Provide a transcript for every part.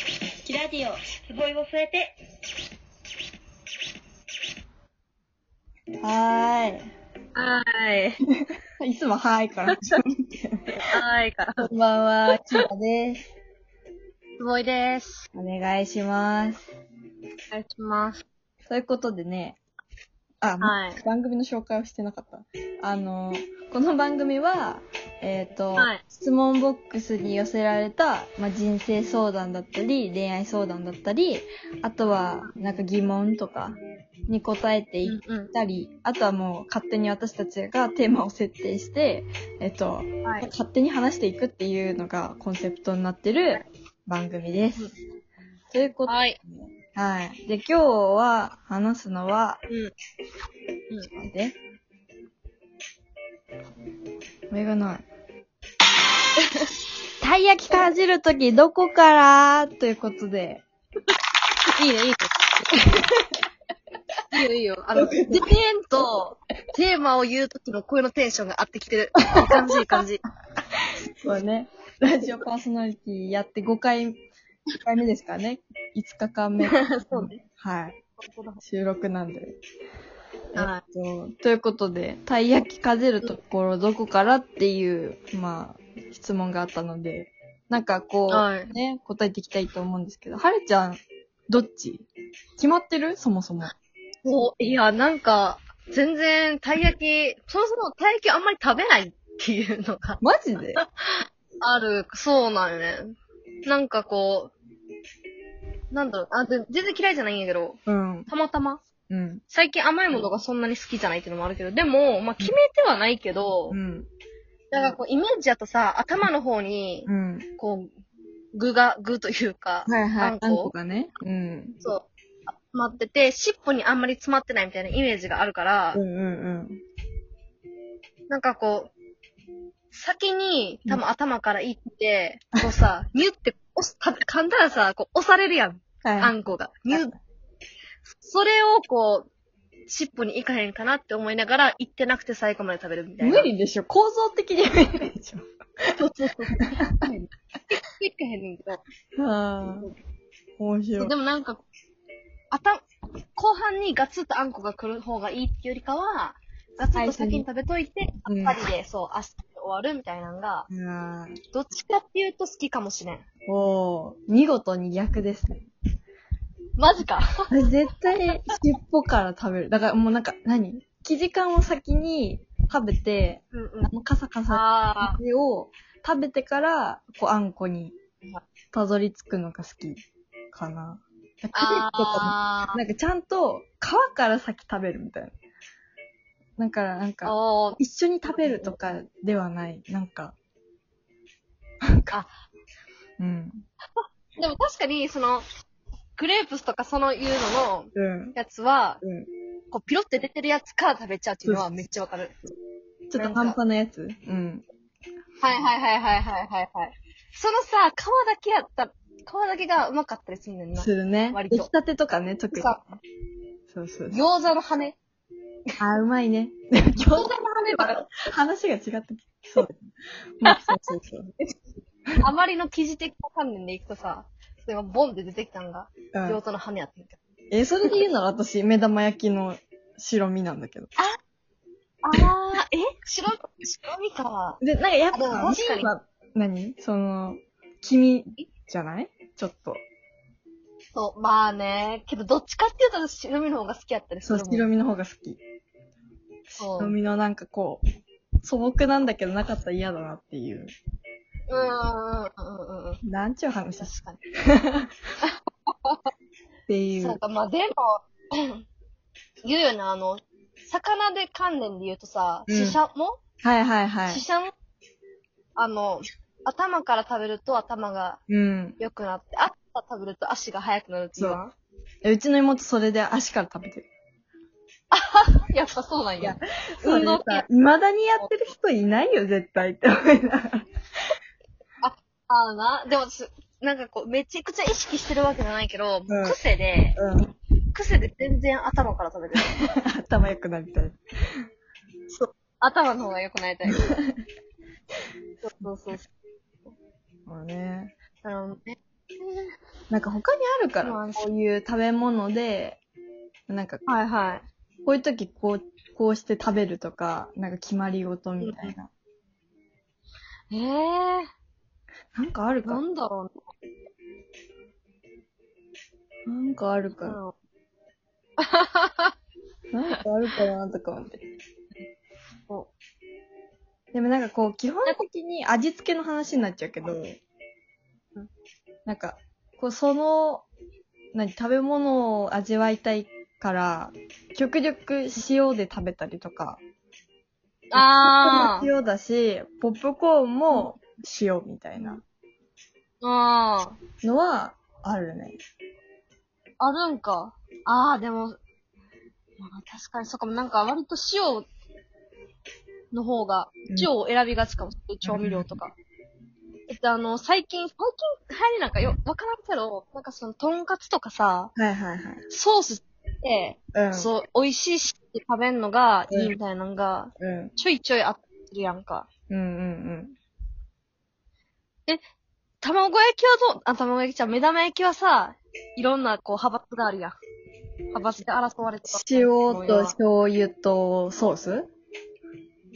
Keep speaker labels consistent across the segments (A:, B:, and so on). A: ラジオ、すごいを添えて。
B: はー
C: はーい。
B: い。いつもはーいから。
C: はーいから。
B: こんばんは、ちらです。
C: すごいです。
B: お願いします。
C: お願いします。
B: ということでね、あ、
C: はい
B: 番組の紹介をしてなかった。あの、この番組は、えっ、と、
C: はい
B: 質問ボックスに寄せられた、まあ、人生相談だったり、恋愛相談だったり、あとは、なんか疑問とかに答えていっ
C: うん
B: たり、あとはもう勝手に私たちがテーマを設定して、えっと、
C: うん。はい。
B: 勝手に話していくっていうのがコンセプトになってる番組です。
C: うん
B: ということで、
C: はい。
B: はい。で、今日は話すのは、
C: うん。うん。
B: 待って。これがない。 たい焼きかじるときどこからということで。
C: いいね、いいね。いいよ、いいよ。あの、で、ペンとテーマを言うときの声のテンションが合ってきてる。いい感じ、いい感じ。
B: そうね。ラジオパーソナリティやって5回、5回目ですかね。5日間目。
C: そうね。
B: はい。収録なんで。
C: は
B: えっと、ということで、たい焼きかじるところどこからっていう、まあ、質問があったので、なんかこう、
C: はい
B: ね、答えていきたいと思うんですけど、はるちゃん、どっち決まってるそもそも。
C: お、いや、なんか、全然、たい焼き、そもそもたい焼きあんまり食べないっていうのが
B: マジ で
C: ある、そうなんよね。なんかこう、なんだろう、あ、で全然嫌いじゃないんやけど、
B: うん。
C: たまたま
B: うん。
C: 最近甘いものがそんなに好きじゃないっていうのもあるけど、でも、まあ、決めてはないけど、
B: うん。
C: だからこう、イメージだとさ、頭の方に、
B: うん。
C: こう、具が、具というか、
B: はいはい。あん
C: あん
B: こ
C: こ
B: がね。うん。
C: そう、詰まってて、尻尾にあんまり詰まってないみたいなイメージがあるから、
B: うんうん
C: なんかこう、先に、多分頭からいって、こうさ、 ニュって、押す、た噛んだらさ、こう、押されるやん、
B: うん。
C: あんこが。ニュそれをこう、尻尾にいかへんかなって思いながら、行ってなくて最後まで食べるみたいな。
B: 無理でしょ構造的に無理でしょ
C: そうそうそう。結果へんねんけど。
B: ああ。面白い
C: で。もなんか、あた、後半にガツッとあんこが来る方がいいっていうよりかは、ガツッと先に食べといて、
B: うん
C: あっさりで、そう、明日で終わるみたいなのが、
B: あ
C: どっちかっていうと好きかもしれん。
B: あ。おお見事に逆ですね。
C: マジか。
B: 絶対尻尾から食べる。だからもうなんか、何生地感を先に食べて、
C: うんうん
B: あ。のカサカサ
C: ああ、
B: を食べてから、こうあんこにたどり着くのが好きかな。クレープとか
C: あ
B: も、なんかちゃんと皮から先食べるみたいな。だからなん
C: あ、
B: か、
C: おー
B: 一緒に食べるとかではない。なんか。
C: あ
B: うん。
C: でも確かに、その、グレープスとかそのいうのの
B: うん。
C: やつは、
B: うん。
C: こう、ピロって出てるやつから食べちゃうっていうのはめっちゃわかる。
B: ちょっと半端なやつうん。
C: はいはいはいはいはいはいはい。そのさ、皮だけやった、皮だけがうまかったりするんだよな。
B: するね。
C: 割
B: 出
C: と
B: 来たてとかね、特に。
C: さ、
B: そうそうそう。
C: 餃子の羽。
B: あ、うまいね。 餃子の羽ば話が違ってきそう。まあ、そうそう そう。
C: あまりの生地的な観念でいくとさ、それはボンって出てきたのが、
B: うん
C: 餃子の羽やってみた。
B: え、それで言うなら私、目玉焼きの白身なんだけど。
C: あー、え白、白身か。
B: で、なんかやっぱ、
C: あでも確か
B: 麺
C: に
B: は何その、黄身じゃないちょっと。
C: そう、まあね。けど、どっちかっていうと白身の方が好きやったりす
B: そう、
C: るもん。
B: 白身の方が好き。
C: そう
B: 白身のなんかこう、素朴なんだけどなかったら嫌だなっていう。
C: うんうんうんうんうん。
B: なんちゅう話っ
C: 確か
B: て
C: に。
B: い
C: そう
B: う。
C: か、まあでも、 言うよな、あの、魚で観念で言うとさ、
B: うん
C: シシャモ
B: はいはいはい
C: シ。シャモあの、頭から食べると頭が
B: うん。
C: 良くなって、足から食べると足が速くなるっていうのは
B: えうちの妹それで足から食べてる。
C: やっぱそうなんや。
B: そ
C: 運
B: れ
C: 動
B: さ、未だにやってる人いないよ、絶対って思いながら。
C: あーな。でも私、なんかこう、めちゃくちゃ意識してるわけじゃないけど、もう
B: うん
C: 癖で、
B: うん。
C: 癖で全然頭から食べてる。
B: 頭良くなりたい。
C: 頭の方が良くなりたい。そうそうそう。
B: もうね。
C: あのね。
B: なんか他にあるから、
C: まあ
B: こういう食べ物で、なんか、
C: はいはい。
B: こういう時こう、こうして食べるとか、なんか決まり事みたいな。
C: ええ
B: なんかある
C: ー、
B: か
C: な
B: なん
C: だろう
B: なんかあるか
C: な。
B: ななんかあるかなとか思って。
C: こ
B: でもなんかこう、基本的に味付けの話になっちゃうけど、なんか、こう、その、何、食べ物を味わいたいから、極力塩で食べたりとか、
C: うあー。
B: 塩だし、ポップコーンも塩みたいな
C: あー。
B: のはあるね。
C: あるんか。ああ、でも、まあ、確かにそうかも。なんか割と塩の方が、
B: うん
C: 塩を選びがちかも。そういう調味料とか。えっと、あの、最近、最近流行りなんかよ、わからんけど、なんかその、とんかつとかさ、
B: はいはい
C: ソースって、
B: はい。うん。
C: そう、美味しいし食べんのがいいみたいなのが、
B: うん。
C: ちょいちょいあってるやんか。
B: うんうん
C: 卵焼きはどう、あ、卵焼きじゃん、目玉焼きはさ、いろんな、こう、派閥があるやん。派閥で争われてた
B: 塩と醤油とソース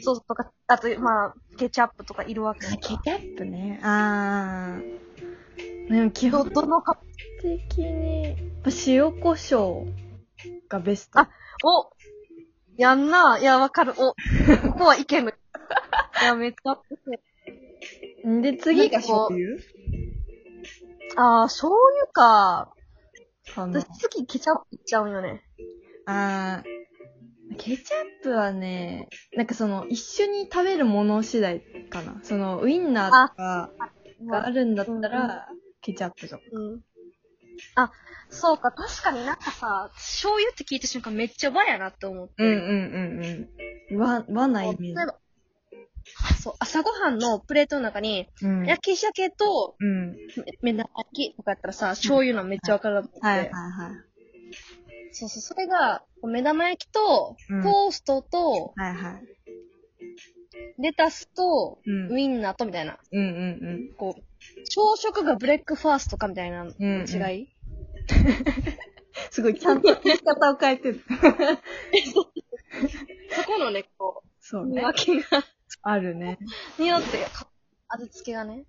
C: そうそうとか、あと、まあ、ケチャップとかいるわけ。
B: ケチャップね。あー。でも基
C: ど、
B: 本
C: どのか、
B: 的に、やっぱ塩胡椒がベスト。
C: あおやんないや、わかる。お、ここはいけぬ。いや、めっちゃ、
B: で、次が
C: なんかこ
B: 醤
C: う
B: 油
C: あー、醤油か。
B: かな
C: 私、次ケチャップいっちゃうんよね。
B: あーケチャップはね、なんかその、一緒に食べるもの次第かな。その、ウインナーとかがあるんだったら、ケチャップとか。
C: うん。あ、そうか、確かになんかさ、醤油って聞いた瞬間めっちゃ和やなって思って。
B: うんうんうんうん。和、和なイメ
C: 例え
B: ー
C: ば、そう、朝ごはんのプレートの中に、
B: ジ。うん。
C: 焼き鮭と
B: うん。
C: 目玉焼きとかやったらさ、醤油のめっちゃわかると思って。
B: はいはいはい。
C: そうそう、それが、目玉焼きと
B: うん、
C: トーストと、
B: はいはい。
C: レタスと、
B: うん
C: ウインナーとみたいな、
B: うんうん
C: こう、朝食がブレックファーストかみたいな
B: うんうん
C: 違い、
B: うん。すごい、ちゃんと言い方を変えてる。
C: そこのね、こ
B: そう
C: う、
B: ね
C: 見。分けが、
B: あるね。
C: によって、か味付けがね。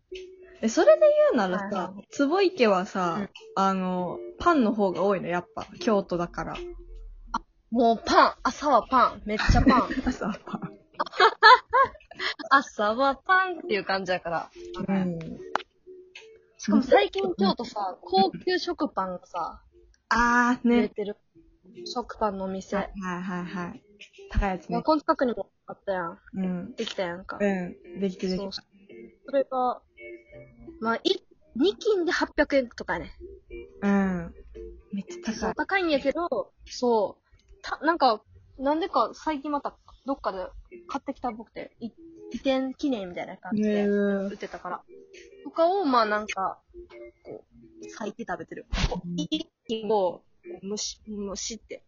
B: え、それで言うなら
C: はい
B: さ
C: は、
B: 坪池はさ、
C: うん
B: あの、パンの方が多いの、やっぱ。京都だから。
C: もうパン、朝はパン、めっちゃ パン。
B: 朝はパン。
C: 朝はパンっていう感じやから。
B: うん。
C: しかも最近京都さ、高級食パンがさ、
B: あー、
C: 売れ
B: ね。
C: てる。食パンのお店。
B: はいはいはい。高いやつ
C: まあ
B: ね。
C: この近くにもあったやん。
B: うん。
C: できたやんか。
B: うん。できてで
C: そ
B: き
C: う
B: た。
C: それが、まあ、い、2斤で800円とかね。
B: うん。めっちゃ
C: そ
B: 高
C: う
B: い。
C: 高いんやけど、そう。た、なんか、なんでか最近また、どっかで買ってきたっぽくて、い移転記念みたいな感じで、売
B: う
C: ってたから。とかを、まあなんか、こう、裂いて食べてる。こう一斤を、むし、むしって。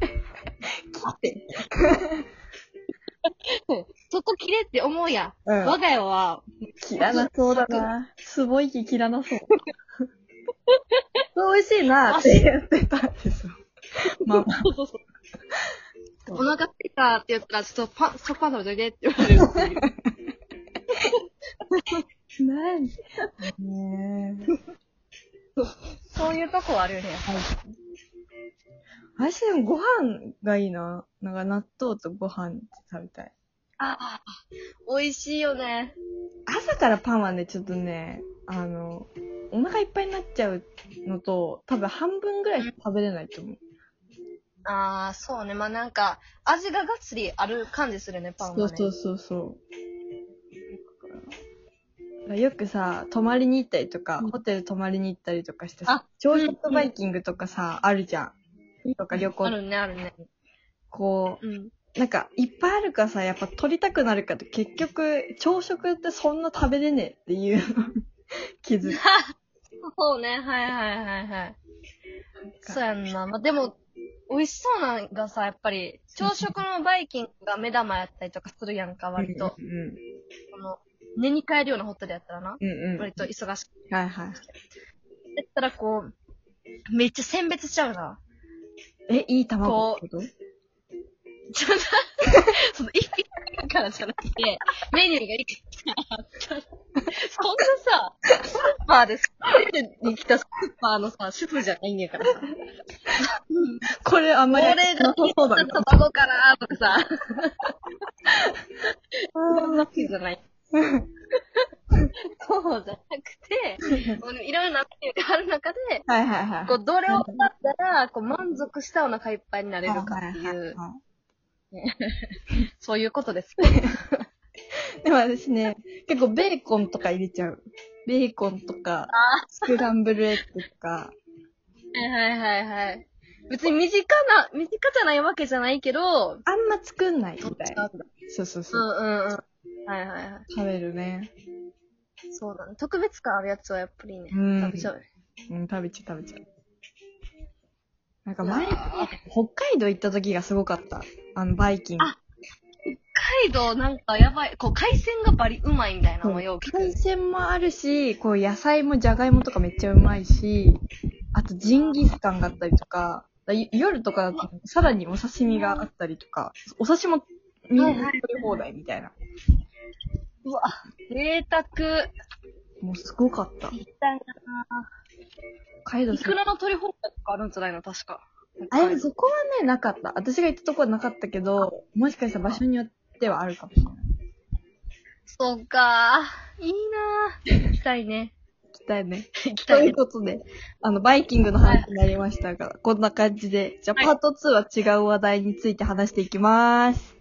B: 切って。
C: そこ切れって思うや。
B: うん
C: 我が家は、
B: 切らなそうだな。坪池切らなそう。そう美味しいなって言ってたんです よ。まあまあ。
C: そうそうそ
B: そ
C: う
B: う
C: お腹すいたって言ったら、ちょっとパン、食パン食べといてって言われる。
B: なんねえ。
C: そういうとこはあるよね。
B: 私でもご飯がいいな。なんか納豆とご飯食べたい。
C: ああ、美味しいよね。
B: 朝からパンはね、ちょっとね、あの、お腹いっぱいになっちゃうのと、多分半分ぐらいしか食べれないと思う。
C: ああ、そうね。まあ、なんか、味ががっつりある感じするね、パン
B: そ
C: は
B: う
C: ね。
B: そうそうそう。だからよくさ、泊まりに行ったりとか、
C: うん
B: ホテル泊まりに行ったりとかしてさ
C: あ、
B: 朝食バイキングとかさ、あるじゃん。とか旅行
C: あ、るね、あるね。
B: こ
C: うん。
B: う、なんかいっぱいあるからさ、やっぱ取りたくなるから、結局、朝食ってそんな食べれねえっていう 気づく。
C: そうね、はいはいはいはい。そうやんな。まあ、でも、美味しそうなのがさ、やっぱり、朝食のバイキングが目玉やったりとかするやんか、割と。
B: うんうん
C: この、寝に帰るようなホテルやったらな。
B: うんうん。
C: 割と忙しく
B: はいはい。
C: て。やったらこう、めっちゃ選別しちゃうな。
B: え、いい卵ってこと
C: ちょっと、その、一匹だからじゃなくて、メニューがいくつかあったそんなさ、スーパーで、スーパーに来たスーパーのさ、主婦じゃないんやからさ。
B: これあんまり
C: これが
B: なさそうだな。
C: 卵かなとかさ、そんなふうじゃない。そうじゃなくて、もうねいろんなメニューがある中で、
B: はいはいはい。
C: こう、どれを買ったら、こう、満足したお腹いっぱいになれるかって
B: はいはい
C: い、
B: はいうは
C: そういうことです。
B: いでも私ね、結構ベーコンとか入れちゃう。ベーコンとか、
C: あ
B: スクランブルエッグとか。
C: はいはいはいはい。別に身近な、身近じゃないわけじゃないけど、
B: あんま作んないみたい
C: うん
B: な。そうそうそう。
C: うんうん。はいはいは
B: 食べるね。
C: い。そうだね。特別感あるやつはやっぱりね、
B: うん
C: 食べちゃうね。
B: うん、食べちゃう食べちゃう。なんか前、北海道行った時がすごかった。あの、バイキング。
C: あ北海道なんかやばい。こう、海鮮がバリうまいみたいなのをよう聞く。
B: 海鮮もあるし、こう野菜もじゃがいもとかめっちゃうまいし、あとジンギスカンがあったりとか、だい夜とかだとさらにお刺身があったりとか、お刺身もみんな取り放題みたいな。
C: うわ、贅沢。
B: もうすごかった。
C: 行きたいな
B: 北海道
C: い
B: すご
C: く
B: い
C: らの取り放題とかあるんじゃないの確か。
B: あ、でもそこはね、なかった。私が行ったとこはなかったけど、もしかしたら場所によってはあるかもしれない。
C: そうかいいな行きたいね。
B: 行きたいね。
C: 行き
B: と
C: たい
B: いう
C: ね。
B: ことで、あの、バイキングの話になりましたが、こんな感じで、じゃあ、
C: はい
B: パート2は違う話題について話していきます。